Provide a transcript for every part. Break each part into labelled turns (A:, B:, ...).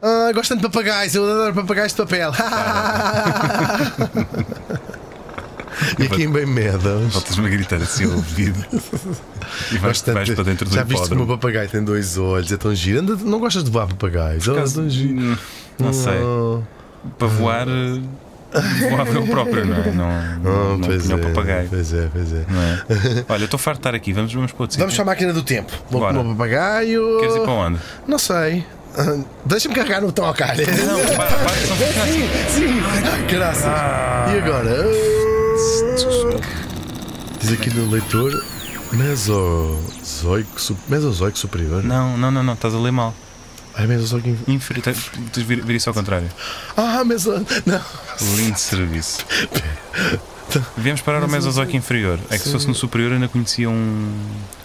A: ela gosta Ah, de papagaios, eu adoro papagaios de papel. e aqui em Bem Meadows.
B: Voltas-me a gritar assim ao ouvido. E vais,
A: Bastante-
B: vais para dentro do
A: Já viste que o meu
B: hipódromo.
A: papagaio tem dois olhos, é tão giro. Anda- não gostas de voar papagaios? Oh,
B: Caso-
A: tão giro.
B: Não sei.
A: Oh.
B: Para voar, eh, voava eu próprio, não é? Não,
A: Oh,
B: não, não
A: pois,
B: tinha
A: é,
B: o papagaio.
A: pois é, pois é.
B: Não é? Olha, eu estou farto de estar aqui, vamos, vamos para outro
A: Vamos
B: sítio.
A: para a máquina do tempo. Vou
B: Bora.
A: comer o papagaio.
B: Queres ir para onde?
A: Não sei. Ah, Deixa-me carregar no botão ao cara.
B: Não, para, para, são
A: Sim,
B: assim.
A: sim. Ai, graças.
B: Ah.
A: E agora? Ah. Diz aqui no leitor Mesozoico, su- mesozoico superior.
B: Não, não, não, não, estás a ler mal.
A: Ai, mesozoico. inf-
B: Inferior. tens- tens de Vir, vir isso ao contrário.
A: Ah, meso. Não.
B: Lindo serviço. Viemos parar ao Mesozoico inferior. É que se fosse no superior ainda conhecia um.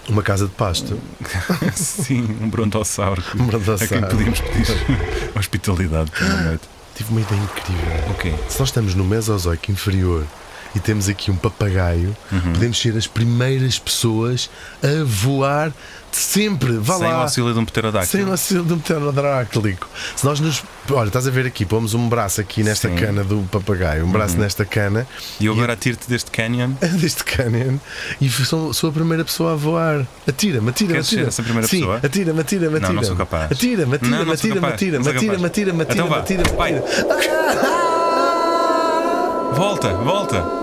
A: Uma casa de pasto.
B: Sim, um brontossauro. que-
A: Um brontossauro.
B: A quem podíamos pedir hospitalidade pela noite.
A: Tive uma ideia incrível.
B: O quê?
A: Se nós estamos no Mesozoico inferior e temos aqui um papagaio,
B: Uhum.
A: podemos ser as primeiras pessoas a voar de sempre. Vá
B: Sem o
A: lá.
B: auxílio de um
A: Sem o
B: pterodáctilo.
A: auxílio do pterodáctilico. Se nós nos. Olha, estás a ver aqui, pomos um braço aqui nesta
B: Sim. Uhum.
A: cana do papagaio, um braço nesta cana,
B: E eu agora atiro-te deste canyon.
A: deste canyon, e sou, sou a primeira pessoa a voar. Atira-me, atira-me,
B: Queres ser
A: atira
B: essa primeira
A: Sim,
B: pessoa?
A: atira-me, atira-me,
B: Não,
A: atira-me.
B: não sou capaz.
A: Atira-me,
B: Não,
A: atira-me,
B: não sou
A: atira-me,
B: capaz. Não
A: atira-me,
B: sou capaz.
A: atira-me, atira-me,
B: Então
A: atira-me,
B: vá.
A: atira-me,
B: Vai.
A: atira-me.
B: Volta, volta!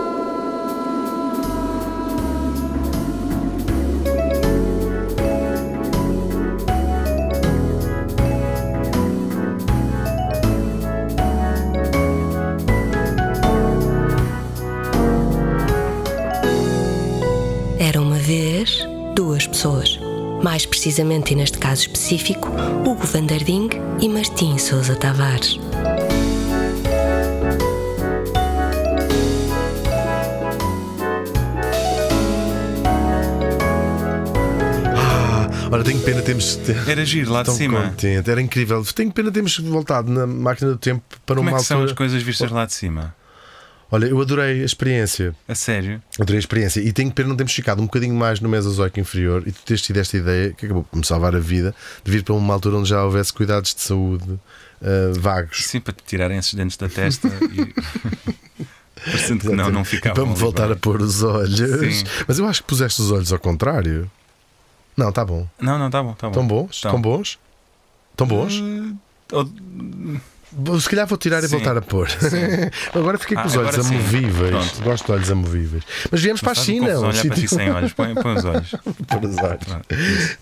C: Era uma vez duas pessoas. Mais precisamente, e neste caso específico, Hugo Vanderding e Martim Sousa Tavares.
A: Ah, Ora, tenho pena, temos.
B: Era giro É lá de
A: Tão
B: cima.
A: contente, era incrível. Tenho pena termos voltado na máquina do tempo para
B: Como é
A: uma
B: que são as
A: altura.
B: coisas vistas lá de cima?
A: Olha, eu adorei a experiência.
B: A sério?
A: Adorei a experiência e tenho pena não termos ficado um bocadinho mais no Mesozoico inferior e tu teres tido esta ideia que acabou por me salvar a vida de vir para uma altura onde já houvesse cuidados de saúde ah, vagos.
B: Sim, para te tirarem esses dentes da testa e. Parecendo que não, não
A: E
B: ficava.
A: para me voltar a pôr os olhos.
B: Sim.
A: Mas eu acho que puseste os olhos ao contrário. Não, tá bom.
B: Não, não, tá bom, tá bom.
A: Estão bons?
B: Tão.
A: Estão bons? Estão bons?
B: Eh, oh,
A: Se calhar vou tirar e
B: Hum. Sim.
A: voltar a pôr. agora fiquei com
B: Ah,
A: os olhos
B: agora sim.
A: amovíveis.
B: Pronto.
A: Gosto de olhos amovíveis. Mas viemos para a
B: faz-me
A: China.
B: confusão
A: um
B: olhar para ti
A: sítio-
B: sem olhos. Põe, põe os olhos.
A: Para os olhos.
B: Pronto.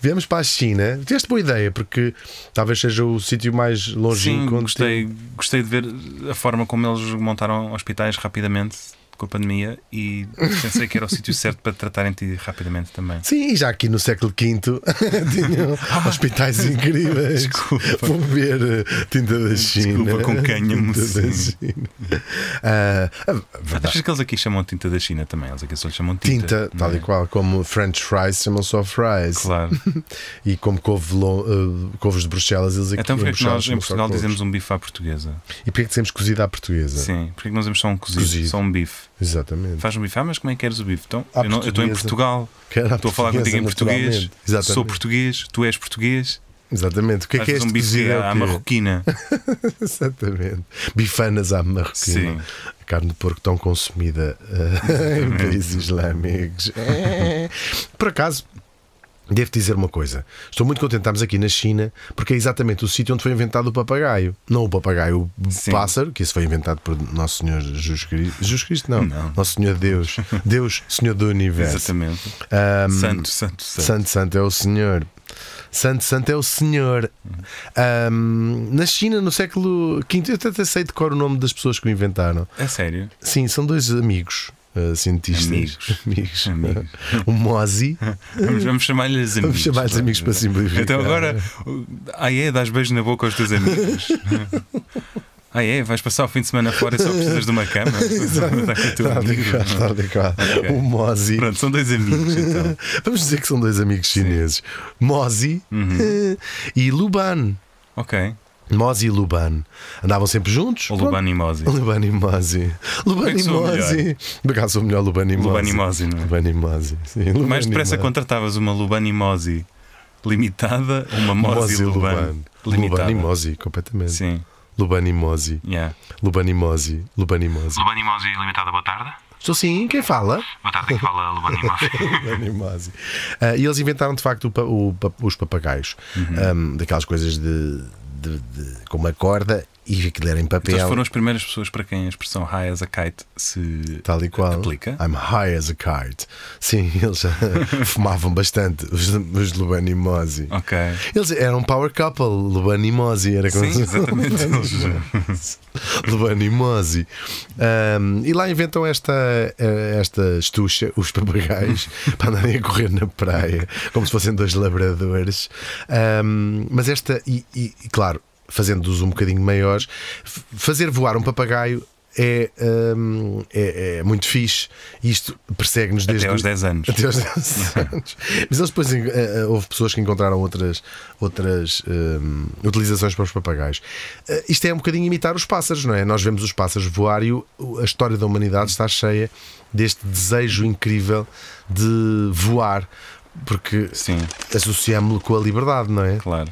A: Viemos para a China. Tiveste boa ideia, porque talvez seja o sítio mais
B: Sim,
A: longínquo onde
B: gostei, gostei de ver a forma como eles montaram hospitais rapidamente com a pandemia e pensei que era o sítio certo para tratarem-te rapidamente também.
A: Sim, e já aqui no século V tinham hospitais incríveis.
B: Ah. Desculpa.
A: Vou beber eh, tinta da China.
B: com cânhamo,
A: Tinta da
B: sim.
A: China. Ah, a verdade.
B: Achas que eles aqui chamam de tinta da China também? Eles aqui só lhe chamam de tinta.
A: Tinta,
B: não
A: tal
B: é?
A: e qual, como French fries chamam só fries.
B: Claro.
A: E como couve lo- eh, couves de Bruxelas, eles aqui
B: Então porque é que nós em
A: chamam só
B: Portugal
A: couves.
B: dizemos um bife à portuguesa?
A: E porquê é que dizemos cozida à portuguesa?
B: Sim, porque é que nós dizemos só um cozido,
A: Cozido.
B: só um bife?
A: Exatamente.
B: Faz um bife, ah, mas como é que queres o bife? Então,
A: À
B: eu, não- eu estou em
A: portuguesa.
B: Portugal,
A: Quero à
B: estou a falar contigo em
A: portuguesa,
B: português,
A: naturalmente. Exatamente.
B: sou português, tu és português,
A: Exatamente. O que é que é
B: fazes
A: este
B: um bife
A: cozido? É o
B: à, à
A: quê?
B: marroquina.
A: Exatamente. Bifanas à marroquina.
B: Sim.
A: A carne de porco tão consumida eh, em países islâmicos. Eh. Por acaso. Devo dizer uma coisa, estou muito contente de estarmos aqui na China, porque é exatamente o sítio onde foi inventado o papagaio. Não o papagaio, o
B: Sim.
A: pássaro, que isso foi inventado por Nosso Senhor Jesus Cristo. Jesus Cristo, não.
B: Não.
A: Nosso Senhor Deus. Deus, Senhor do Universo.
B: Exatamente.
A: Ahm,
B: Santo, santo, santo.
A: Santo, santo é o Senhor. Santo, santo é o Senhor. Ahm, na China, no século V, eu até- até sei decorar o nome das pessoas que o inventaram.
B: É sério?
A: Sim, são dois amigos. ah, cientistas
B: Amigos.
A: Amigos.
B: Amigos.
A: o Mozi
B: Vamos, vamos chamar-lhes amigos.
A: Vamos chamar-lhes amigos para simplificar.
B: Então agora, ah é, dás beijo na boca aos teus amigos. Ah é, vais passar o fim de semana fora e só precisas de uma cama. Dá com o teu
A: Está
B: amigo.
A: adequado, está adequado.
B: Ok.
A: tá O Mozi
B: Pronto, são dois amigos então.
A: Vamos dizer que são dois amigos chineses Mozi
B: Uhum.
A: eh, e Luban
B: Ok.
A: Mozi e Luban Andavam sempre juntos
B: O
A: pronto.
B: Lubanimosi.
A: Luban e Mozi Luban
B: é que
A: e
B: sou o
A: Mozi Por acaso sou o melhor Luban e Mozi
B: Lubanimosi, não é?
A: Lubanimosi, sim.
B: Mais
A: Lubanimosi.
B: depressa contratavas uma Lubanimosi limitada, uma Mosi
A: Mozi
B: Luban.
A: Luban.
B: Limitada.
A: Luban e Mozi, completamente.
B: Sim.
A: Luban e Mozi.
B: Yeah.
A: Luban e Mozi. Luban e Mozi.
D: Lubani Mosi Limitada, boa tarde.
A: Estou sim, quem fala?
D: Boa tarde, aqui fala Lubani Mosi.
A: Luban e Mozi. Ah, e eles inventaram de facto o pa- o pa- os papagaios.
B: Uhum.
A: Ah, daquelas coisas de, de- de- com uma corda e aquilo era em papel.
B: Então foram as primeiras pessoas para quem a expressão high as a kite se
A: Tal e qual.
B: aplica.
A: I'm high as a kite. Sim, eles já fumavam bastante, os, os Luban e Mozi.
B: Ok.
A: Eles eram um power couple, Luban e Mozi. Era como
B: Sim, exatamente.
A: Luban e Mozi. Ahm, e lá inventam esta, eh, esta estucha, os papagaios, para andarem a correr na praia, como se fossem dois labradores. Ahm, mas esta, e, e- e, claro, fazendo-os um bocadinho maiores, f- fazer voar um papagaio. É, ahm, é, é muito fixe. Isto persegue-nos desde
B: Até aos
A: o-
B: 10 anos.
A: até aos 10 anos. Mas eles depois eh, eh, houve pessoas que encontraram outras, outras hum, utilizações para os papagaios. Eh, isto é um bocadinho imitar os pássaros, não é? Nós vemos os pássaros voar e o- a história da humanidade está cheia deste desejo incrível de voar, porque
B: Sim,
A: associamos-lo com a liberdade, não é?
B: claro.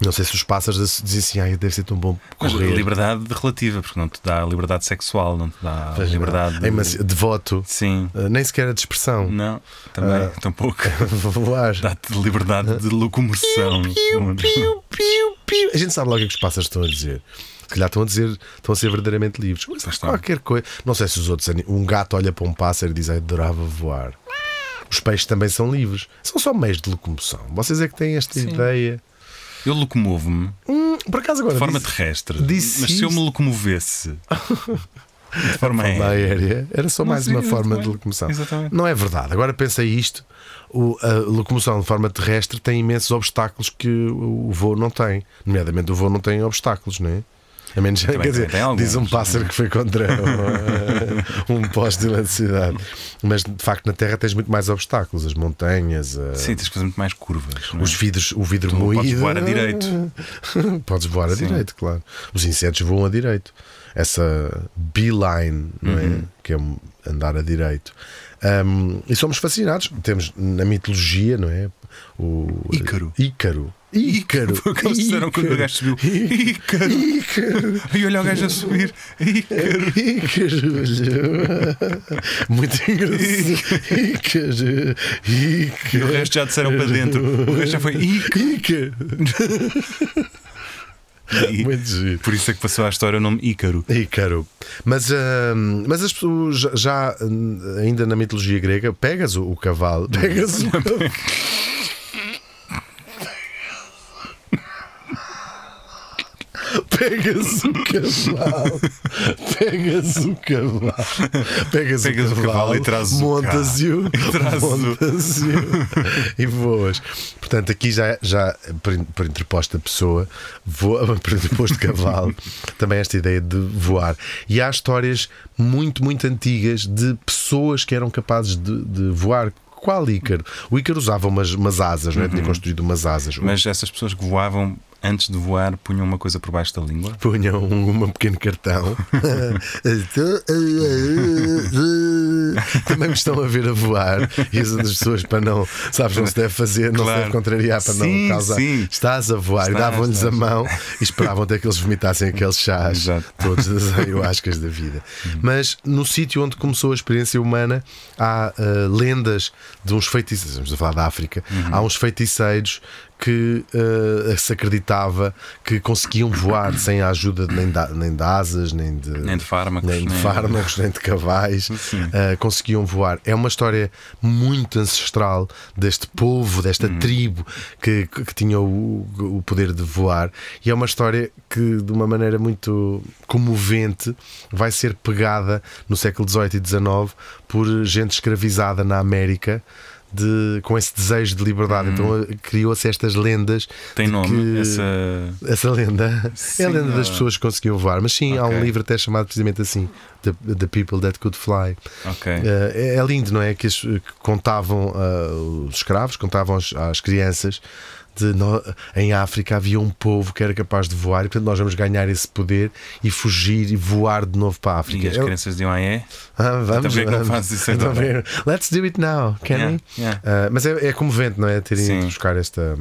A: Não sei se os pássaros asso- dizem assim, ai, deve ser tão bom
B: Mas
A: correr.
B: liberdade relativa, porque não te dá liberdade sexual, não te dá
A: Pois não.
B: liberdade. Hum.
A: É, mas de voto,
B: Sim.
A: eh, nem sequer a de expressão.
B: Não, também,
A: Ah.
B: tampouco.
A: Vou voar.
B: Dá-te liberdade de locomoção. é?
A: Piu, piu, piu. Então, A gente sabe logo o que é que os pássaros estão a dizer. Se calhar estão a dizer, estão a ser verdadeiramente livres. Mas
B: está.
A: qualquer coisa. Não sei se os outros. ani- Um gato olha para um pássaro e diz: "Ai, adorava voar. Os peixes também são livres. São só meios de locomoção. Vocês é que têm esta ideia.
B: Eu locomovo-me
A: Hum, por acaso agora.
B: de forma
A: disse-
B: terrestre.
A: disse
B: mas se eu me
A: isso.
B: locomovesse de forma
A: da
B: aérea.
A: aérea era só
B: É. Não
A: mais
B: sei,
A: uma forma
B: exatamente.
A: de locomoção.
B: Exatamente.
A: Não é verdade. Agora pensei isto: o- a locomoção de forma terrestre tem imensos obstáculos que o o voo não tem. Nomeadamente, o voo não tem obstáculos, não é? A menos, quer
B: também
A: dizer,
B: tem alguns,
A: diz um pássaro que foi contra um, um poste de eletricidade. Mas de facto, na Terra tens muito mais obstáculos: as montanhas, a-
B: é, Sim, tens de fazer muito mais curvas. não é?
A: os vidros, o vidro
B: Tu
A: moído.
B: podes voar a direito.
A: Podes voar a
B: Sim.
A: direito, claro. Os insetos voam a direito. Essa beeline, não é?
B: Uhum.
A: Que é um- andar a direito. Ahm, e somos fascinados. Temos na mitologia, não é? O
B: Ícaro.
A: Ícaro. Ícaro.
B: Porque eles disseram quando o gajo subiu. Ícaro!
A: Ícaro.
B: E olha o gajo a subir. Ícaro!
A: Ícaro. Muito engraçado. Ícaro.
B: E o
A: Ícaro.
B: resto já disseram para dentro. O resto já foi. Ícaro!
A: Ícaro.
B: E
A: Muito giro.
B: Por isso é que passou à história o nome Ícaro.
A: Ícaro. Mas, hum, mas as pessoas já- já, hum, ainda na mitologia grega, pegas o, o cavalo. Pegas o cavalo. Pegas o cavalo, pegas o cavalo, pegas,
B: Pegas o cavalo e trazes o cá.
A: montas-o,
B: E trazes o-
A: montas-o e voas. Portanto, aqui já, já por, in- por interposta pessoa, voa, por interposto cavalo, também esta ideia de voar. E há histórias muito, muito antigas de pessoas que eram capazes de, de voar. Qual Ícaro? O Ícaro usava umas, umas asas, não é? Tinha construído umas asas.
B: Mas essas pessoas que voavam antes de voar punham uma coisa por baixo da língua.
A: punham um, um pequeno cartão. Também me estão a ver a voar e as outras pessoas para não, sabes, não se deve fazer, não se
B: Claro.
A: deve contrariar para
B: Sim,
A: não causar.
B: sim.
A: Estás a voar e
B: Estás,
A: davam-lhes a
B: estás.
A: mão e esperavam até que eles vomitassem aqueles chás
B: Exato.
A: todos das ayahuascas da vida. Mas no sítio onde começou a experiência humana há ah, lendas de uns feiticeiros, estamos a falar da África,
B: Uhum.
A: há uns feiticeiros que ah, se acreditava que conseguiam voar sem a ajuda de- nem, da- nem de asas, nem de,
B: Nem de fármacos,
A: nem de,
B: nem-
A: fármacos, nem de cavais, ah, conseguiam voar. É uma história muito ancestral deste povo, desta
B: Uhum.
A: tribo que, que, que tinha o, o poder de voar, e é uma história que, de uma maneira muito comovente, vai ser pegada no século XVIII e XIX por gente escravizada na América. De, com esse desejo de liberdade, então ah, criou-se estas lendas
B: Uhum. Tem
A: de
B: nome.
A: que-
B: Essa.
A: essa lenda é a lenda
B: Sim,
A: das
B: ah.
A: pessoas que conseguiam voar, mas sim, há um
B: Ok.
A: livro até chamado precisamente assim: The, The People That Could Fly.
B: Ok.
A: Eh, é, é lindo, não é? Que, as- que contavam ah, os escravos, contavam às, às crianças de no- em África havia um povo que era capaz de voar e portanto nós vamos ganhar esse poder e fugir e voar de novo para a África.
B: E as
A: Eu-
B: crianças diziam, ah, é?
A: ah, vamos,
B: Então porquê é que não
A: vamos.
B: fazes isso
A: Então,
B: agora?
A: vamos. Let's do it now, can
B: Yeah,
A: we?
B: yeah.
A: Ah, mas é, é comovente, não é? Terem
B: Sim.
A: ido buscar esta,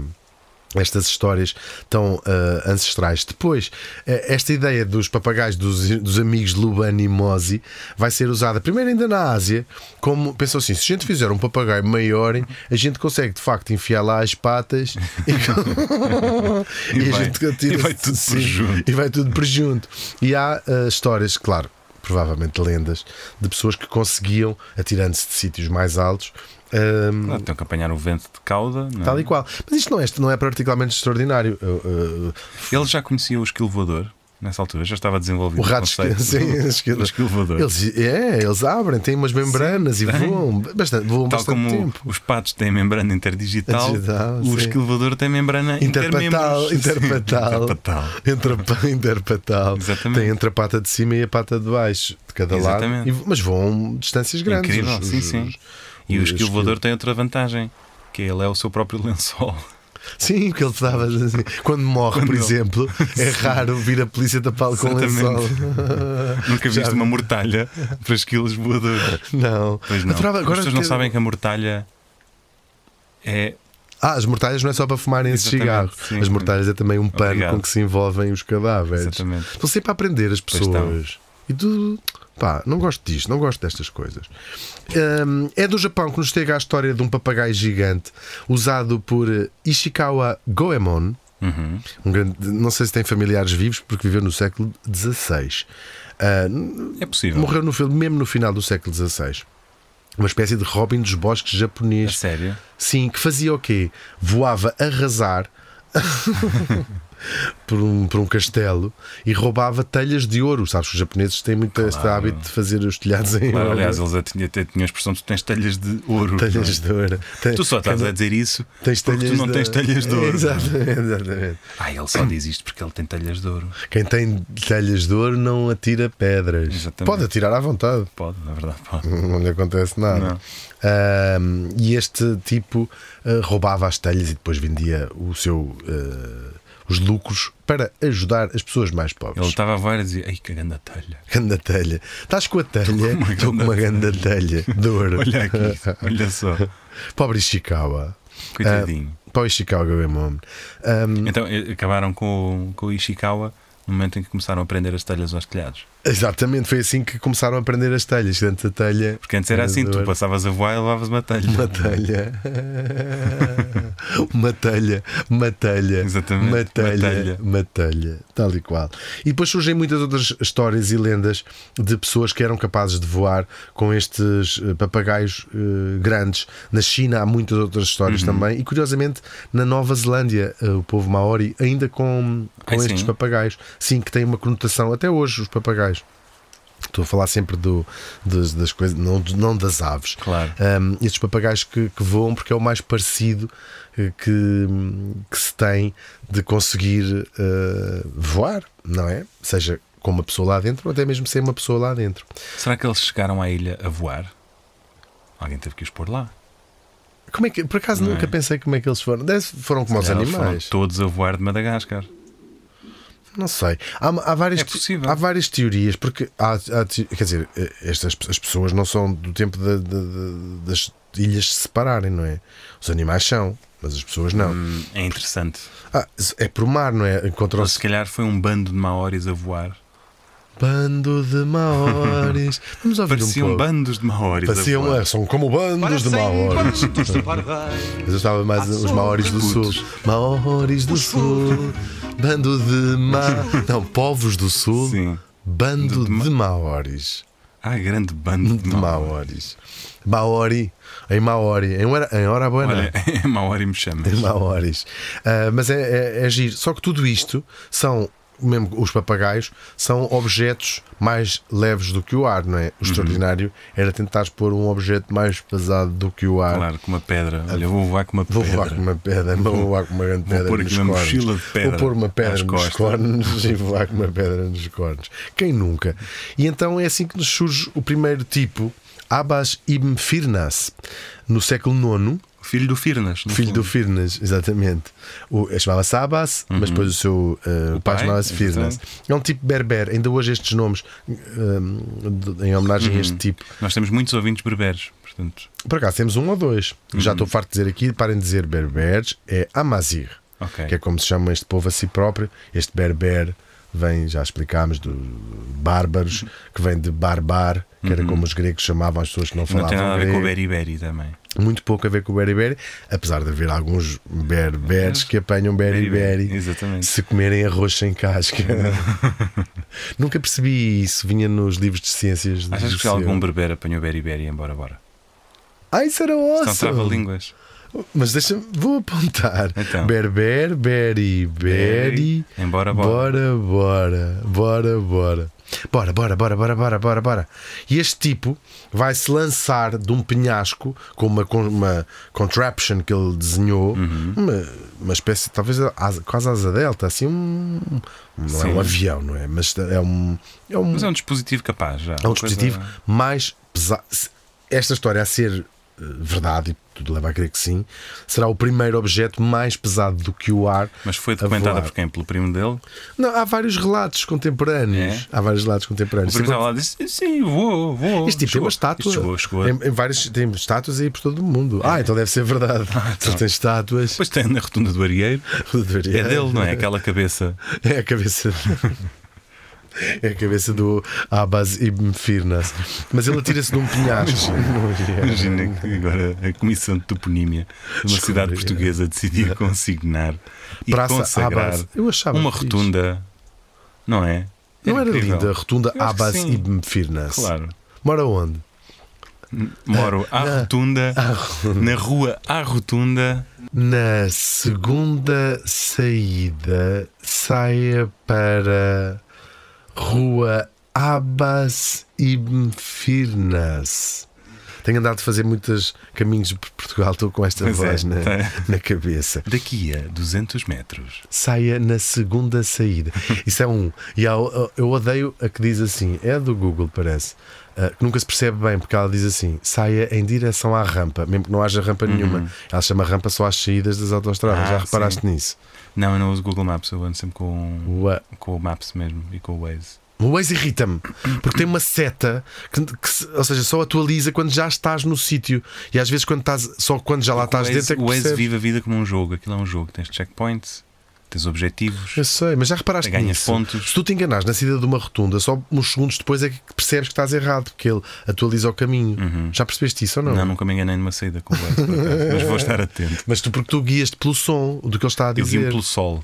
A: estas histórias tão ah, ancestrais. Depois, eh, esta ideia dos papagaios dos, dos amigos Lubani e Mozi vai ser usada primeiro ainda na Ásia, como pensou assim: se a gente fizer um papagaio maior, a gente consegue de facto enfiar lá as patas e,
B: E
A: a
B: vai-
A: gente continua
B: e vai tudo por junto.
A: E vai tudo por junto. E há ah, histórias, claro, provavelmente lendas, de pessoas que conseguiam, atirando-se de sítios mais altos, ah,
B: Ah, Tem que apanhar o vento de cauda. não é?
A: Tal e qual. Mas isto não é, não é particularmente extraordinário. Uh, uh,
B: Ele já conhecia o esquilo voador nessa altura, já estava desenvolvido
A: o rato
B: conceito
A: esquece.
B: do-
A: esquece-
B: do esquilo voador.
A: Eles, é, eles abrem, têm umas membranas e
B: tem.
A: voam bastante, voam
B: Tal
A: bastante
B: como
A: tempo.
B: os patos têm membrana interdigital,
A: Digital,
B: o
A: sim.
B: esquilo voador tem membrana
A: Interpatal,
B: intermembros.
A: interpatal,
B: Interpatal.
A: Entra- interpatal.
B: Exatamente.
A: Tem entre a pata de cima e a pata de baixo, de cada lado.
B: Exatamente.
A: E vo- mas voam distâncias grandes.
B: Incrível,
A: os-
B: sim,
A: os-
B: sim.
A: os-
B: E o
A: os
B: esquilo voador tem outra vantagem, que ele é o seu próprio lençol.
A: Sim, porque ele dava assim, quando morre, por
B: ele-
A: exemplo, é raro vir a polícia tapá-lo com um lençol.
B: Exatamente. Nunca
A: Já
B: viste
A: vi.
B: uma mortalha para esquilos voadores.
A: Não.
B: Pois não.
A: Adorava-
B: As pessoas não
A: que-
B: sabem que a mortalha é
A: Ah, as mortalhas não é só para fumarem esse cigarro.
B: Exatamente, sim.
A: As mortalhas é também um pano
B: Obrigado.
A: com que se envolvem os cadáveres.
B: Exatamente.
A: Estão sempre a aprender as
B: Pois estão.
A: pessoas. E tu, pá, não gosto disto, não gosto destas coisas. Hum, é do Japão que nos chega a história de um papagaio gigante usado por eh, Ishikawa Goemon.
B: Uhum.
A: Um grande, não sei se tem familiares vivos porque viveu no século XVI. Ah,
B: é possível.
A: morreu no, fi- mesmo no final do século XVI. Uma espécie de Robin dos Bosques
B: A
A: japonês.
B: sério?
A: Sim, que fazia o quê? Voava a arrasar por, um, por um castelo e roubava telhas de ouro. Sabes que os japoneses têm muito este hábito de fazer os telhados em
B: Claro,
A: ouro.
B: aliás, eles até até tinham a expressão: tu tens telhas de ouro. não é?
A: Telhas de ouro. Tem-
B: Tu só estás a dizer isso
A: tens
B: porque tu
A: telhas
B: não
A: de-
B: tens telhas de ouro.
A: Exatamente, exatamente.
B: Ah, ele só diz isto porque ele tem telhas de ouro.
A: Quem tem telhas de ouro não atira pedras.
B: Exatamente.
A: Pode atirar à vontade.
B: Pode, na verdade, pode.
A: não lhe acontece nada.
B: Não.
A: Ahm, e este tipo ah, roubava as telhas e depois vendia o seu, ah, os lucros para ajudar as pessoas mais
B: Ele tá-
A: pobres.
B: estava a voar e dizia: Ai, que grande telha.
A: Ganda telha. Estás com a telha?
B: uma
A: Estou com
B: ganda
A: uma ganda telha de ouro.
B: Olha aqui, olha só.
A: Pobre Ishikawa.
B: Coitadinho.
A: Ah, pobre Ishikawa Goemon. Ahm,
B: Então eh, acabaram com o, com o Ishikawa no momento em que começaram a prender as telhas aos telhados.
A: exatamente, foi assim que começaram a aprender as telhas. Dentro da telha.
B: Porque antes era assim:
A: de
B: tu
A: ouro.
B: passavas a voar e levavas uma telha.
A: Uma telha. uma telha, uma telha.
B: Exatamente,
A: Uma
B: uma
A: telha,
B: telha.
A: uma telha, Tal e qual. E depois surgem muitas outras histórias e lendas de pessoas que eram capazes de voar com estes eh, papagaios eh, grandes. Na China há muitas outras histórias
B: Uhum.
A: também. E curiosamente, na Nova Zelândia, eh, o povo maori ainda com, com
B: Ai,
A: estes
B: sim.
A: papagaios. Sim, que tem uma conotação. Até hoje, os papagaios. Estou a falar sempre do, das, das coisas, não, não das aves.
B: Claro.
A: Um, estes papagaios que, que voam, porque é o mais parecido eh, que, que se tem de conseguir eh, voar, não é? Seja com uma pessoa lá dentro ou até mesmo sem uma pessoa lá dentro.
B: Será que eles chegaram à ilha a voar? Alguém teve que os pôr lá.
A: Como é que, por acaso
B: Não é?
A: nunca pensei como é que eles foram. Deve- foram como os
B: Já eles foram
A: animais.
B: todos a voar de Madagascar.
A: Não sei. Há, há várias,
B: É possível.
A: há várias teorias, porque há, há te- quer dizer, eh, estas as pessoas não são do tempo da- da- da- das ilhas se separarem, não é? Os animais são, mas as pessoas não.
B: Hum, é interessante.
A: Ah, é por mar, não é?
B: Ou
A: Encontram-se
B: se calhar foi um bando de maoris a voar.
A: Bando de maoris. Vamos ouvir
B: Pareciam
A: um pouco.
B: bandos de maoris a
A: Pareciam,
B: voar.
A: é, são como bandos de maoris. Mas eu estava
B: Ah,
A: mais os maoris do sul. Maoris do sul. Bando de ma... Não, povos do sul.
B: Sim.
A: Bando de maoris.
B: Ah, grande bando de
A: De
B: maoris.
A: maoris. Maori. Em maori. é? Em hora, em hora boa.
B: Olha, é maori me chama.
A: Tem maoris. Ah, mas é, é, é giro. Só que tudo isto são, mesmo os papagaios, são objetos mais leves do que o ar, não é?
B: Uhum.
A: O extraordinário era tentar pôr um objeto mais pesado do que o ar.
B: Claro, com uma pedra. Olha, vou voar com uma
A: Vou
B: pedra.
A: voar com uma pedra, vou voar com uma grande pedra
B: pôr aqui
A: nos
B: uma
A: cornos.
B: mochila de pedra
A: vou pôr uma
B: às
A: pedra nos
B: costas.
A: cornos e voar com uma pedra nos cornos. Quem nunca? E então é assim que nos surge o primeiro tipo, Abbas ibn Firnas, no século IX.
B: O filho do Firnas. no
A: Filho do
B: fundo.
A: Firnas, exatamente. O, ele chamava-se Abbas, mas depois o seu uh, o pai,
B: Uhum. pai,
A: chamava-se Firnas. É um tipo berber, ainda hoje estes nomes um, de- em homenagem a
B: Uhum.
A: este tipo.
B: Nós temos muitos ouvintes berberes, portanto. Uhum.
A: Por acaso temos um ou dois. Já estou farto de dizer aqui, parem de dizer berberes, é Amazir.
B: Ok.
A: que é como se chama este povo a si próprio. Este berber vem, já explicámos, do bárbaros, que vem de barbar, que era como os gregos chamavam as pessoas que não
B: Uhum. Não
A: falavam
B: tem nada a ver
A: grego
B: com o beriberi também.
A: muito pouco a ver com o beriberi, apesar de haver alguns berberes que apanham beriberi
B: Exatamente.
A: se comerem arroz sem casca. Nunca percebi isso, vinha nos livros de ciências. de
B: Achas que
A: senhor.
B: algum berber apanhou beriberi e embora, bora?
A: Ah, isso era
B: São
A: awesome!
B: trava-línguas.
A: Mas deixa-me, vou apontar.
B: Então.
A: Berber, beriberi,
B: Embora,
A: bora,
B: bora.
A: bora, bora, bora. Bora, bora, bora, bora, bora, bora, bora. E este tipo vai se lançar de um penhasco com uma, con- uma contraption que ele desenhou,
B: Uhum.
A: uma, uma espécie, talvez asa, quase asa delta, assim, um, não é
B: Sim.
A: um avião, não é? Mas é um, é um,
B: Mas é um dispositivo capaz já.
A: é um
B: Uma coisa-
A: dispositivo mais pesado. Se Esta história a ser eh, verdade, e tudo leva a crer que sim, será o primeiro objeto mais pesado do que o ar.
B: Mas foi
A: a
B: documentada
A: voar.
B: por quem? Pelo primo dele?
A: Não, há vários relatos contemporâneos.
B: É?
A: Há vários relatos
B: O
A: contemporâneos.
B: primo
A: Sim,
B: estava lá e disse: Sim, vou, vou.
A: Este tipo tem
B: Chegou.
A: uma estátua. É-
B: Isto Chegou, chegou. É.
A: Em, em vários, tem estátuas aí por todo o mundo. Ah, então deve ser verdade.
B: Ah,
A: Se tem estátuas.
B: Depois tem na rotunda do Arieiro. então. É dele, não é? Aquela cabeça.
A: É a cabeça. É a cabeça do Abbas Ibn Firnas. Mas ele atira-se de um penhasco.
B: Imagina que agora a Comissão de Toponímia de uma cidade portuguesa decidir consignar e
A: Praça
B: consagrar
A: Abbas. Eu achava
B: uma
A: fixe.
B: rotunda, não é?
A: Não era
B: incrível.
A: linda a rotunda
B: Eu acho que
A: Abbas
B: sim.
A: Ibn Firnas?
B: Claro.
A: Mora onde?
B: Moro à
A: Ah.
B: rotunda, na rua à rotunda,
A: Na segunda saída, saia para Rua Abbas Ibn Firnas. Tenho andado a fazer muitos caminhos por Portugal, estou com esta
B: Pois é,
A: voz na,
B: tem.
A: na cabeça.
B: daqui a 200 metros.
A: Saia na segunda saída. Isso é um. E há o- eu odeio a que diz assim, é do Google, parece. ah, que nunca se percebe bem, porque ela diz assim: saia em direção à rampa, mesmo que não haja rampa nenhuma. Ela chama rampa só às saídas das autostradas.
B: Uhum.
A: Já
B: Ah,
A: reparaste nisso?
B: Não, eu não uso Google Maps, eu ando sempre com,
A: Ua-
B: com o Maps mesmo e com o Waze.
A: O Waze irrita-me, porque tem uma seta que, que se- ou seja, só atualiza quando já estás no sítio. E às vezes quando estás, só quando já lá
B: o
A: estás
B: Waze,
A: dentro é que
B: o Waze
A: percebes.
B: vive a vida como um jogo, aquilo é um jogo. Tens checkpoints, tens objetivos.
A: Eu sei, mas já reparaste
B: Ganhas
A: nisso?
B: pontos.
A: Se tu te enganas na saída de uma rotunda, só uns segundos depois é que percebes que estás errado, porque ele atualiza o caminho. Já percebeste isso ou
B: Uhum. Não, nunca me enganei numa saída com o Waze, por acaso, mas vou estar atento.
A: Mas tu, porque tu guias-te pelo som do que ele está a
B: Eu
A: dizer.
B: guio
A: Eu,
B: pelo sol.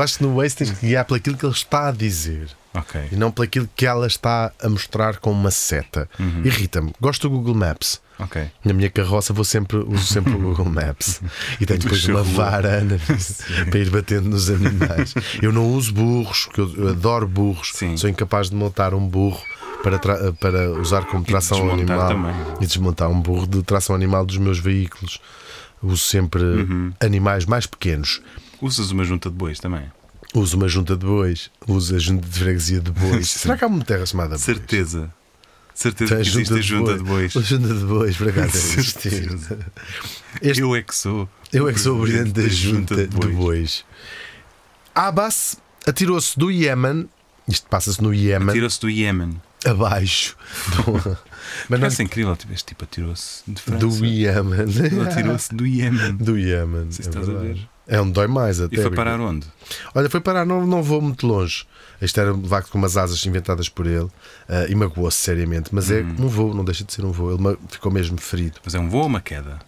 A: acho que no Waze tens que guiar pelo aquilo que ele está a dizer
B: Ok.
A: e não pelo aquilo que ela está a mostrar com uma seta.
B: Uhum.
A: Irrita-me. Gosto do Google Maps.
B: Ok.
A: Na minha carroça vou sempre, uso sempre o Google Maps e tenho depois uma
B: charrua.
A: vara Ana, para ir batendo nos animais. Eu não uso burros, porque eu eu adoro burros,
B: Sim.
A: sou incapaz de montar um burro para, tra- para usar como tração
B: desmontar
A: animal
B: também.
A: e desmontar um burro de tração animal dos meus veículos. Uso sempre
B: Uhum.
A: animais mais pequenos.
B: Usas uma junta de bois também.
A: Uso uma junta de bois, uso a junta de freguesia de bois.
B: Sim.
A: Será que há uma terra chamada bois?
B: Certeza. Certeza
A: Tem
B: que existe a junta de bois.
A: A junta de bois, é para cá deve existir.
B: Certeza.
A: Este-
B: Eu é que sou.
A: Eu é que sou o brilhante da junta de bois. Abbas atirou-se do Iémen, isto passa-se no Iémen,
B: Atirou-se do Iémen.
A: abaixo do, mas
B: Parece
A: não, é
B: incrível. tipo, Este tipo atirou-se de França.
A: do Iémen.
B: Ele atirou-se do Iémen.
A: Do Iémen.
B: se
A: é
B: estás a
A: verdade.
B: ver.
A: É onde dói mais até.
B: E foi
A: porque-
B: parar onde?
A: Olha, foi parar, não, não vou muito longe. Este era um vácuo com umas asas inventadas por ele ah, e magoou-se seriamente. Mas
B: Hum.
A: é um voo, não deixa de ser um voo. Ele ma- ficou mesmo ferido.
B: Mas é um voo ou uma queda?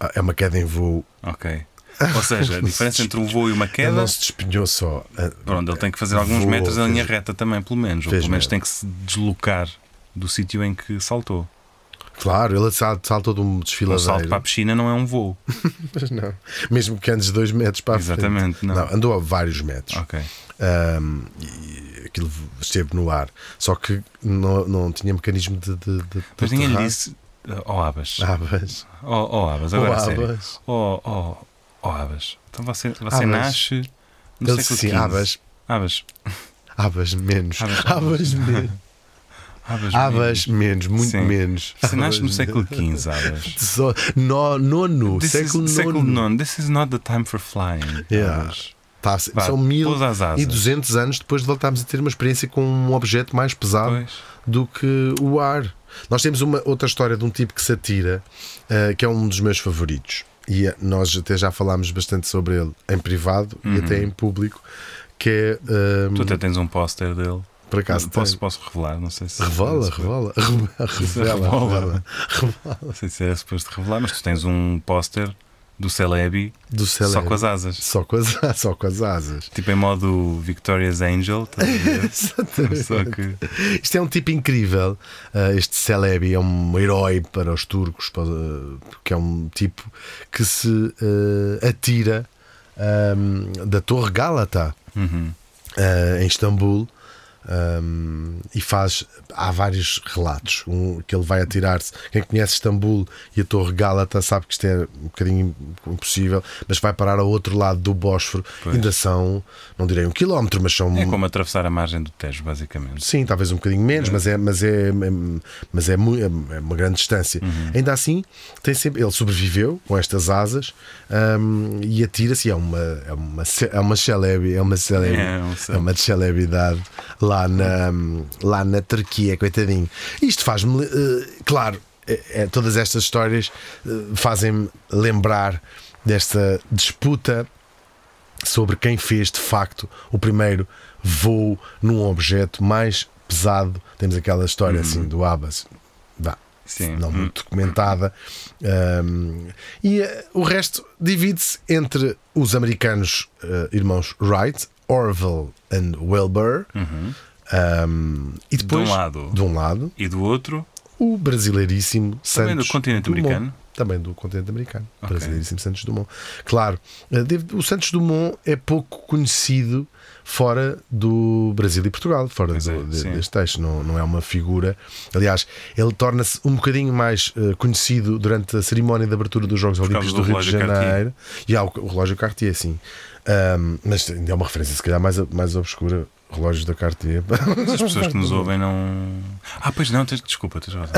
A: Ah, É uma queda em voo.
B: Ok. Ou seja, a diferença entre um voo e uma
A: Ele
B: queda.
A: não se despenhou só. Ah,
B: Pronto, ele tem que fazer alguns
A: Voou,
B: metros da
A: fez-
B: linha reta também, pelo menos. Ou
A: fez
B: pelo menos
A: merda.
B: tem que se deslocar do sítio em que saltou.
A: Claro, ele sal- saltou de um
B: O
A: desfiladeiro.
B: salto para a piscina não é um voo.
A: Mas não. Mesmo que andes dois metros para a frente.
B: Exatamente, não.
A: andou a vários metros.
B: Ok.
A: Ahm, e aquilo esteve no ar. Só que não, não tinha mecanismo de. de, de
B: Mas ninguém lhe
A: aterrar.
B: disse. Oh, Abas.
A: Ah, mas-
B: Oh, oh Abas,
A: Oh,
B: agora a sério.
A: Abas.
B: Oh, oh, oh Abas. Então você, você
A: Abas.
B: nasce no
A: Ele
B: século
A: disse
B: XV.
A: assim: abas,
B: Abas.
A: abas menos.
B: Abas-
A: Abas menos.
B: Abas.
A: Abas menos, muito
B: Sim.
A: menos.
B: Você nasce no
A: Abas-
B: século XV, Abas.
A: Só- no- nono,
B: This is-
A: século,
B: século
A: nono.
B: IX. This is not the time for flying.
A: Yeah.
B: Abas.
A: Tá, se-
B: Vá,
A: são
B: pousa as asas.
A: 1200 anos depois de voltarmos a ter uma experiência com um objeto mais pesado
B: Pois.
A: do que o ar. Nós temos uma outra história de um tipo que se atira, eh, que é um dos meus favoritos. e eh, nós até já falámos bastante sobre ele em privado e até em público, que é. ehm,
B: Uhum. Tu até tens um póster dele.
A: por acaso
B: posso,
A: tem-
B: posso revelar, não sei se.
A: Revola,
B: se-
A: revola, revela, revela,
B: Revola.
A: revela.
B: Não sei se era suposto revelar, mas tu tens um póster do Celebi
A: Do
B: só
A: celebre.
B: com as asas.
A: Só com as, a- só com as asas.
B: Tipo em modo Victoria's Angel, estás a ver? Só que.
A: Isto é um tipo incrível. Ah, este Celebi é um herói para os turcos, para, que é um tipo que se ah, atira ah, da Torre Gálata
B: Uhum.
A: ah, em Istambul. Ahm, e faz. Há vários relatos. Um, que ele vai atirar-se. Quem conhece Istambul e a Torre Gálata sabe que isto é um bocadinho impossível, mas vai parar ao outro lado do Bósforo.
B: Pois.
A: Ainda são, não direi um quilómetro, mas são.
B: É como atravessar a margem do Tejo, basicamente.
A: Sim, talvez um bocadinho
B: Uhum.
A: menos, mas é, mas é, mas é, mu- é uma grande distância.
B: Uhum.
A: Ainda assim, tem sempre, ele sobreviveu com estas asas hum, e atira-se. É uma, é uma, ce- é uma celebi, é uma celebi,
B: É, um
A: é
B: celebi.
A: uma celebridade lá na, lá na Turquia, coitadinho. Isto faz-me, eh, claro, eh, eh, todas estas histórias eh, fazem-me lembrar desta disputa sobre quem fez de facto o primeiro voo num objeto mais pesado. Temos aquela história assim do Abbas. Vá,
B: Uhum. Sim. Uhum.
A: Não muito documentada. Ahm, e eh, o resto divide-se entre os americanos eh, irmãos Wright, Orville and Wilbur. Ahm, e depois,
B: Uhum. lado.
A: de um lado,
B: E do outro,
A: o brasileiríssimo Santos
B: do continente
A: Dumont.
B: americano?
A: Também do continente americano.
B: Ok.
A: Brasileiríssimo Santos Dumont. Claro, eh, deve- o Santos Dumont é pouco conhecido fora do Brasil e Portugal, fora
B: Pois é,
A: do- de-
B: sim.
A: deste texto. Não, não é uma figura. Aliás, ele torna-se um bocadinho mais eh, conhecido durante a cerimónia de abertura dos Jogos
B: causa
A: Olímpicos do,
B: do
A: Rio de
B: relógio Cartier.
A: Janeiro. E há o, o relógio Cartier, sim. Ahm, mas ainda é uma referência, se calhar, mais, mais obscura. Relógios da Cartier.
B: as pessoas que nos ouvem não. Ah, pois não, tens... desculpa, tens razão.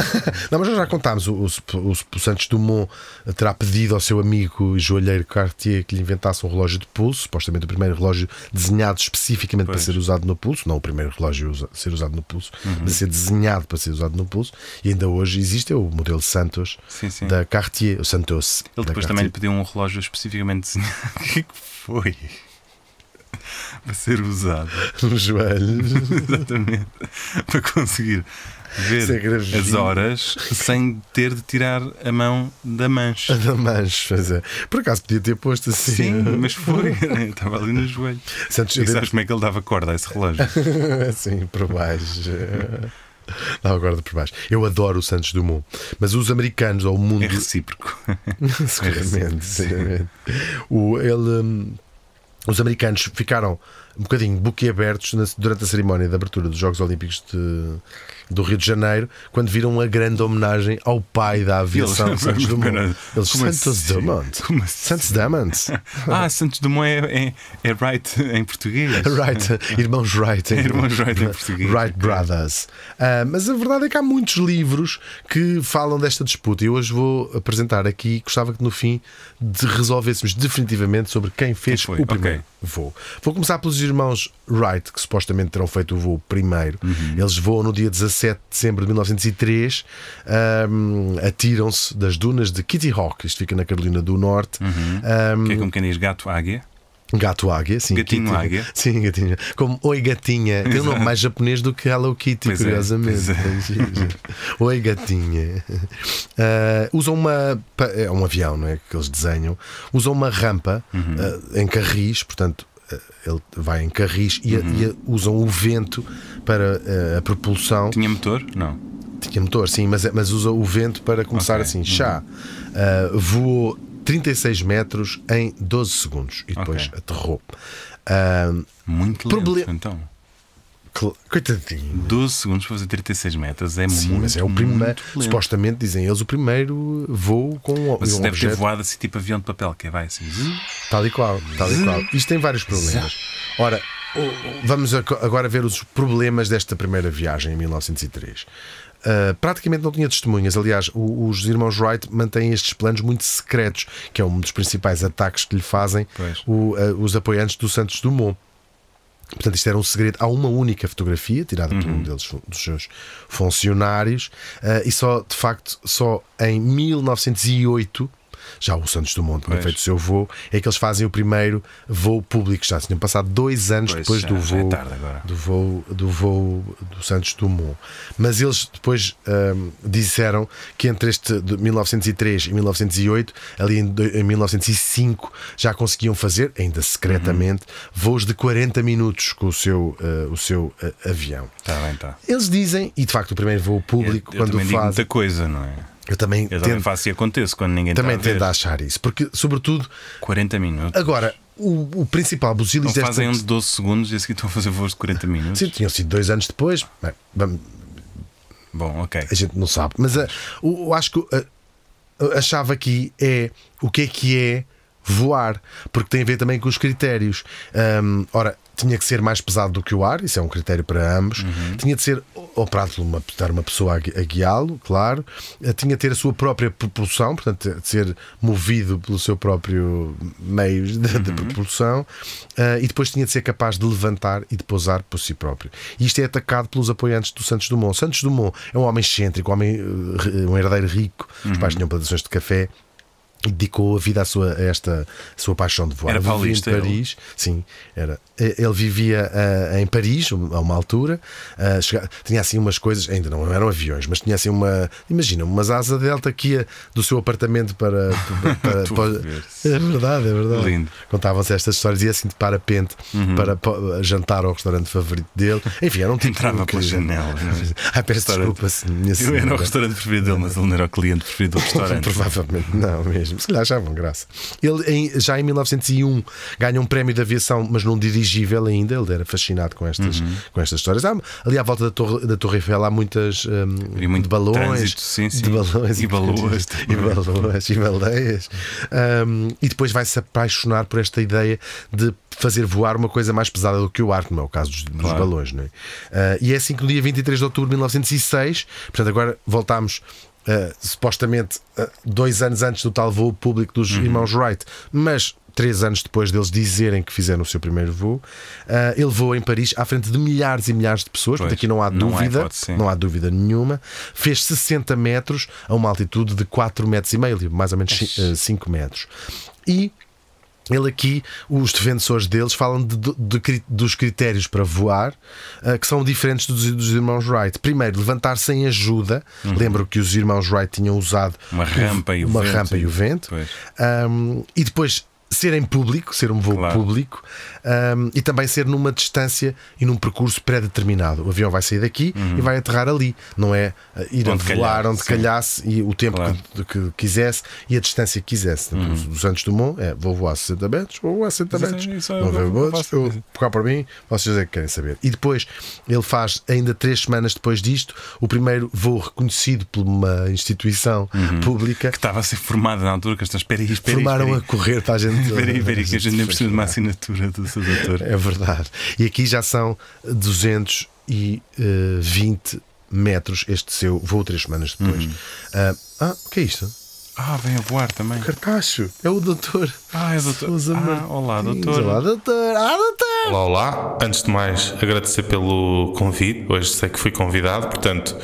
A: Não, mas nós já contámos. O, o, o- o Santos Dumont terá pedido ao seu amigo e joalheiro Cartier que lhe inventasse um relógio de pulso, supostamente o primeiro relógio desenhado especificamente
B: Pois. Uhum.
A: para ser usado no pulso. Não o primeiro relógio usa, ser usado no pulso, mas ser desenhado para ser usado no pulso. E ainda hoje existe é o modelo Santos
B: Sim, sim.
A: da Cartier, o Santos.
B: Ele
A: da Cartier.
B: depois também lhe pediu um relógio especificamente desenhado. O que é que foi? Para ser usado.
A: no Um joelho.
B: Exatamente. Para conseguir
A: Ser
B: ver
A: gravinho.
B: as horas sem ter de tirar a mão da mancha.
A: Da mancha, pois é. Por acaso podia ter posto assim.
B: Sim, mas foi. Estava ali no joelho.
A: Santos,
B: E sabes como é que ele dava corda a esse relógio?
A: assim, por baixo. Não, agora por baixo. Eu adoro o Santos Dumont, mas os americanos ou o mundo.
B: É recíproco.
A: seguramente,
B: recíproco,
A: seguramente. O, ele, hum, os americanos ficaram um bocadinho boquiabertos na- durante a cerimónia de abertura dos Jogos Olímpicos de- do Rio de Janeiro, quando viram a grande homenagem ao pai da aviação, Santos Dumont. Eles,
B: Como
A: Santos
B: assim?
A: Dumont.
B: Como assim?
A: Santos Dumont.
B: Ah, Santos Dumont é, é, é Wright em português.
A: Wright, irmãos Wright, em-
B: Irmãos Wright em português.
A: Wright Brothers. Ah, mas a verdade é que há muitos livros que falam desta disputa e eu hoje vou apresentar aqui. Gostava que no fim de resolvêssemos definitivamente sobre quem fez
B: foi?
A: o primeiro
B: Ok.
A: voo. Vou começar pelos irmãos Wright, que supostamente terão feito o voo primeiro.
B: Uhum.
A: Eles voam no dia 17 de dezembro de 1903, ahm, ah, atiram-se das dunas de Kitty Hawk, isto fica na Carolina do Norte. Ah, Ahm,
B: Que é como quem diz gato águia.
A: Gato águia, sim.
B: Gatinho
A: Kitty.
B: águia.
A: Sim, gatinho. Como Oi Gatinha. Tem um nome mais japonês do que Hello Kitty,
B: Pois é,
A: curiosamente.
B: pois é.
A: Giro. Oi Gatinha. Ah, usam uma. pa- É um avião, não é? Que eles desenham. Usam uma rampa
B: Uhum.
A: ah, em carris, portanto. ah, Ele vai em carris e, a-
B: Uhum.
A: e a- usam o vento para ah, a propulsão.
B: Tinha motor? Não.
A: Tinha motor, sim, mas, mas usa o vento para começar
B: Ok. Uhum.
A: assim. Chá. Uh, voou 36 metros em 12 segundos e depois
B: Ok.
A: aterrou. Uh,
B: Muito lento,
A: Proble-
B: então.
A: cl- coitadinho.
B: 12 segundos para fazer 36 metros é
A: Sim,
B: muito
A: mas é o
B: muito
A: primeiro.
B: lento.
A: Supostamente dizem eles o primeiro voo com um,
B: Mas
A: um
B: deve ter
A: objeto.
B: voado assim, tipo avião de papel, que vai assim. zzz.
A: Tal e qual, tal e qual. Isto tem vários problemas. Ora, o- o- vamos aco- agora ver os problemas desta primeira viagem em 1903. Ah, praticamente não tinha testemunhas. Aliás, o- os irmãos Wright mantêm estes planos muito secretos, que é um dos principais ataques que lhe fazem
B: Pois.
A: o- ah, os apoiantes do Santos Dumont. Portanto, isto era um segredo. Há uma única fotografia tirada por um deles, fun- dos seus eh, funcionários, ah, e só, de facto, só em 1908 Já o Santos Dumont tinha
B: Pois.
A: feito o seu voo, é que eles fazem o primeiro voo público. Já tinham passado dois anos
B: Pois,
A: depois
B: já-
A: do
B: já é
A: voo,
B: tarde agora.
A: do voo do voo do Santos Dumont. Mas eles depois hum, disseram que entre este de 1903 e 1908, ali em, do- em 1905, já conseguiam fazer, ainda secretamente,
B: Uhum.
A: voos de 40 minutos com o seu, eh, o seu eh, avião.
B: Está bem, está.
A: Eles dizem, e de facto o primeiro voo tá. público,
B: eu, eu
A: quando
B: também digo
A: faz.
B: muita coisa, não é?
A: Eu também
B: Eu
A: tento-
B: também faço e acontece quando ninguém
A: também
B: está a ver.
A: tento achar isso, porque, sobretulo,
B: 40 minutos.
A: agora, o, o principal busilis
B: Não
A: desta.
B: fazem um de 12 segundos e a seguir estão a fazer voos de 40 minutos.
A: Sim, tinham sido dois anos depois, bem, vamos-
B: Bom, ok.
A: a gente não sabe, mas a, o, o- acho que eh, a, a chave aqui é o que é que é voar, porque tem a ver também com os critérios. Hum, ora, tinha que ser mais pesado do que o ar, isso é um critério para ambos. Tinha de ser operado por uma, estar uma pessoa a, gui- a guiá-lo, claro. Eh, Tinha de ter a sua própria propulsão, portanto, de ser movido pelo seu próprio meio de, de
B: Uhum.
A: propulsão. Ah, e depois tinha de ser capaz de levantar e de pousar por si próprio. E isto é atacado pelos apoiantes do Santos Dumont. Santos Dumont é um homem excêntrico, um, homem, eh, ri- um herdeiro rico.
B: Uhum.
A: Os pais tinham plantações de café e dedicou a vida à sua, a esta a sua paixão de voar.
B: Era
A: Ele vivia
B: paulista,
A: em
B: ele?
A: Paris, sim, era. Eh, Ele vivia ah, em Paris um- a uma altura, ah, chega- tinha assim umas coisas, ainda não eram aviões, mas tinha assim uma, imagina, umas asa delta que ia do seu apartamento para. para-
B: Tu
A: para-
B: vês.
A: é verdade, é verdade.
B: Lindo. Uhum.
A: Contavam-se estas histórias e assim de parapente para po- jantar ao restaurante favorito dele. Enfim, era um tipo
B: Entrava pela
A: incrível.
B: janela, não é?
A: Ai, peço
B: Restaurante.
A: desculpa, se minha
B: Eu era o
A: senhora.
B: restaurante preferido dele, mas ele não era o cliente preferido do restaurante.
A: Provavelmente não mesmo. Se lhe achavam graça. Ele em- já em 1901 ganha um prémio de aviação, mas num dirigível ainda. Ele era fascinado com estas,
B: Uhum.
A: com estas histórias. Há- ali à volta da Torre, da torre Eiffel há muitas hum,
B: E muito
A: de balões.
B: trânsito, sim, sim.
A: De balões
B: E baloas
A: E
B: também.
A: baloas e baleias. Hum, e depois vai-se apaixonar por esta ideia de fazer voar uma coisa mais pesada do que o ar, como é o caso dos, dos
B: Claro.
A: balões. Não é? Ah, e é assim que no dia 23 de outubro de 1906, portanto, agora voltámos. ah, supostamente ah, dois anos antes do tal voo público dos irmãos Wright, mas três anos depois deles dizerem que fizeram o seu primeiro voo, ah, ele voou em Paris à frente de milhares e milhares de pessoas,
B: Pois,
A: portanto aqui não há
B: não é, há
A: dúvida,
B: hipótese, sim.
A: não há dúvida nenhuma. Fez 60 metros a uma altitude de 4 metros e meio, mais ou menos 5 metros. E ele aqui, os defensores deles falam de- de- de cri- dos critérios para voar, ah, que são diferentes dos, dos irmãos Wright. Primeiro, levantar sem ajuda. Lembro que os irmãos Wright tinham usado
B: Uhum. Uma
A: o-
B: rampa e o
A: uma
B: vento,
A: rampa
B: sim.
A: e o vento.
B: Pois.
A: Um, e depois ser em público, ser um voo
B: Claro.
A: público um, e também ser numa distância e num percurso pré-determinado. O avião vai sair daqui e vai aterrar ali, não é uh, ir
B: Uhum. Onde
A: a voar
B: calhar,
A: onde
B: sim.
A: calhasse e o tempo
B: Claro. Uhum.
A: que, que quisesse e a distância que quisesse. Portanto, os- Os Santos Dumont é vou voar 60 metros, vou voar 60
B: Sim,
A: metros,
B: isso é
A: não
B: o que
A: vejo
B: eu
A: botes,
B: faço.
A: eu cá para mim, vocês é que querem saber. E depois ele faz, ainda três semanas depois disto, o primeiro voo reconhecido por uma instituição
B: Uhum.
A: pública
B: Que estava a ser formada na altura, que estas espera aí, espera aí,
A: formaram
B: espera
A: a
B: aí.
A: correr para a gente.
B: Espera aí, espera aí, que a gente nem precisa de uma assinatura do seu doutor.
A: É verdade. E aqui já são 220 metros este seu voo três semanas depois.
B: Uhum.
A: Ah, ah, o que é isto?
B: Ah, vem a voar também.
A: Cartacho. É o doutor.
B: Ah, é o doutor.
A: Sousa
B: Ah,
A: Martins.
B: olá, doutor.
A: Olá, doutor. Ah, doutor.
E: Olá, olá. Antes de mais, agradecer pelo convite. Hoje sei que fui convidado, portanto,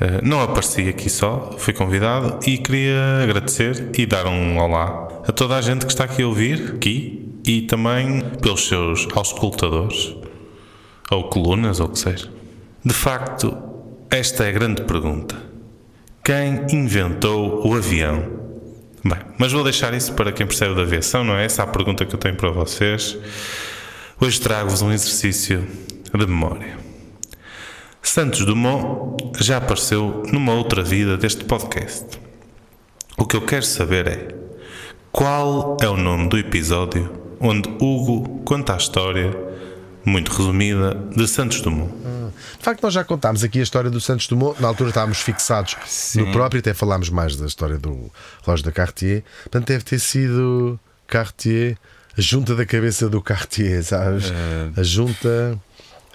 E: eh, não apareci aqui só, fui convidado e queria agradecer e dar um olá a toda a gente que está aqui a ouvir, aqui, e também pelos seus auscultadores, ou colunas, ou o que seja. De facto, esta é a grande pergunta. Quem inventou o avião? Bem, mas vou deixar isso para quem percebe da aviação, não é? Essa é a pergunta que eu tenho para vocês. Hoje trago-vos um exercício de memória. Santos Dumont já apareceu numa outra vida deste podcast. O que eu quero saber é qual é o nome do episódio onde Hugo conta a história, muito resumida, de Santos Dumont.
A: De facto, nós já contámos aqui a história do Santos Dumont. Na altura estávamos fixados no próprio, até falámos mais da história do relógio da Cartier. Portanto, deve ter sido Cartier, a junta da cabeça do Cartier, sabes? A junta.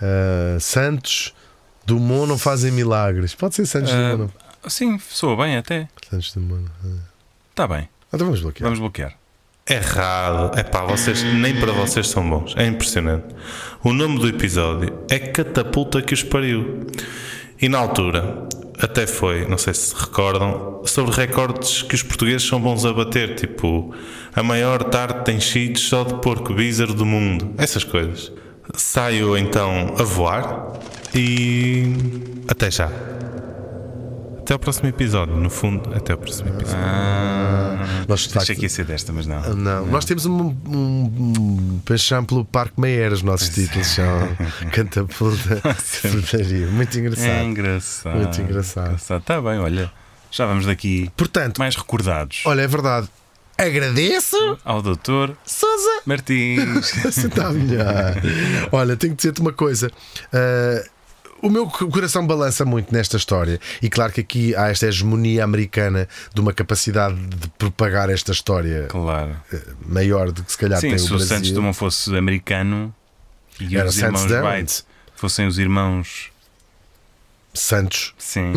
A: ah, Santos Dumont não fazem milagres. Pode ser Santos Dumont. não.
B: Ah, sim, soa bem até.
A: Santos Dumont. não.
B: Está Tá bem,
A: Ah, Então vamos bloquear.
B: vamos bloquear.
E: Errado. É pá, vocês, nem para vocês são bons. É impressionante. O nome do episódio é Catapulta que os pariu. E na altura, até foi, não sei se se recordam, sobre recordes que os portugueses são bons a bater, tipo a maior tarte tem cheats só de porco bizarro do mundo, essas coisas. Saio então a voar e até já. Até ao próximo episódio, no fundo, até ao próximo episódio.
A: Nós, de
B: Achei
A: facto,
B: que ia ser desta, mas não.
A: Não, nós temos um, um, um paixão pelo Parque Meyer, os nossos títulos são canta puta, putaria. Muito
B: É
A: engraçado.
B: engraçado.
A: Muito engraçado.
B: Está bem, olha. Já vamos daqui
A: Portanto,
B: mais recordados
A: olha, é verdade. Agradeço,
B: ao doutor
A: Sousa.
B: Martins.
A: Você está melhor. Olha, tenho que dizer-te uma coisa. Ah, o meu co- coração balança muito nesta história, e claro que aqui há esta hegemonia americana de uma capacidade de propagar esta história
B: Claro.
A: eh, maior do que se calhar
B: Sim,
A: tem o
B: se o
A: Brasil.
B: Santos Dumont fosse americano e
A: Era
B: os
A: Santos
B: irmãos
A: Dumont.
B: White fossem os irmãos.
A: Santos
B: Sim,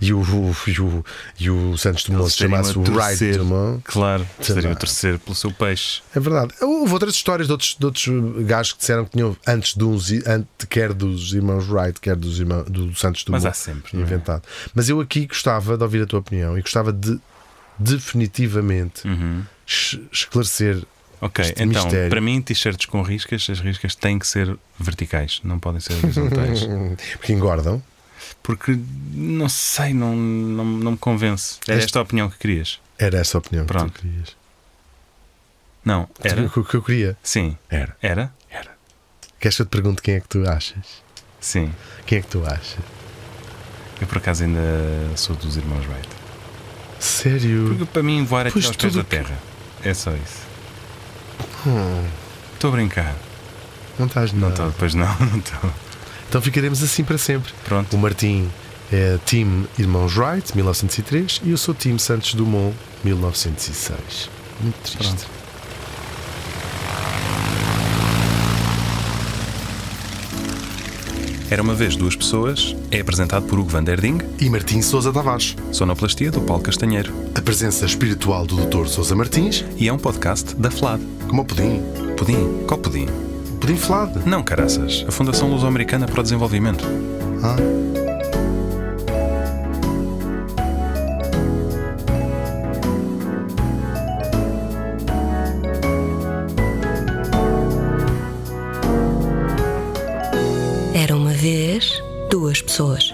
A: e o, o- e o, e o Santos Dumont
B: Eles seriam
A: chamasse o
B: a
A: Wright
B: torcer.
A: Dumont.
B: claro. Estariam a
A: bem.
B: torcer pelo seu peixe.
A: É verdade. Houve outras histórias de outros, de outros gajos que disseram que tinham antes de uns, ante- quer dos irmãos Wright, quer dos irmãos, do Santos Dumont.
B: Mas há sempre, não é?
A: Inventado. Mas eu aqui gostava de ouvir a tua opinião e gostava de definitivamente
B: Uhum.
A: es- esclarecer.
B: Ok,
A: Este
B: então,
A: é mistério.
B: para mim, t-shirts com riscas, as riscas têm que ser verticais, não podem ser horizontais.
A: Porque engordam.
B: Porque não sei, não, não, não me convence. Era
A: Este-
B: esta a opinião que querias?
A: Era essa a opinião
B: Pronto.
A: que tu querias.
B: Não, era?
A: O que- O que eu queria.
B: Sim.
A: Era.
B: É. Era?
A: Queres que eu te pergunte quem é que tu achas?
B: Sim.
A: Quem é que tu achas?
B: Eu por acaso ainda sou dos irmãos Wright.
A: Sério?
B: Porque para mim voar aqui
A: Pois
B: aos pés
A: tudo
B: da terra. É só isso. Hum. Estou a brincar.
A: Não estás
B: Não
A: não.
B: estou, depois não, não estou.
A: Então ficaremos assim para sempre. O
B: Pronto.
A: Martim é Team Irmãos Wright, 1903, e eu sou Team Santos Dumont, 1906. Muito triste.
B: Pronto. Era uma vez duas pessoas, é apresentado por Hugo van der Ding,
A: E Martim Sousa Tavares,
B: sonoplastia do Paulo Castanheiro,
A: a presença espiritual do Dr. Sousa Martins,
B: e é um podcast da FLAD.
A: como o pudim,
B: Pudim? Qual pudim?
A: pudim flado.
B: Não, caraças. A Fundação Luso-Americana para o Desenvolvimento.
A: Ah.
C: Era uma vez duas pessoas.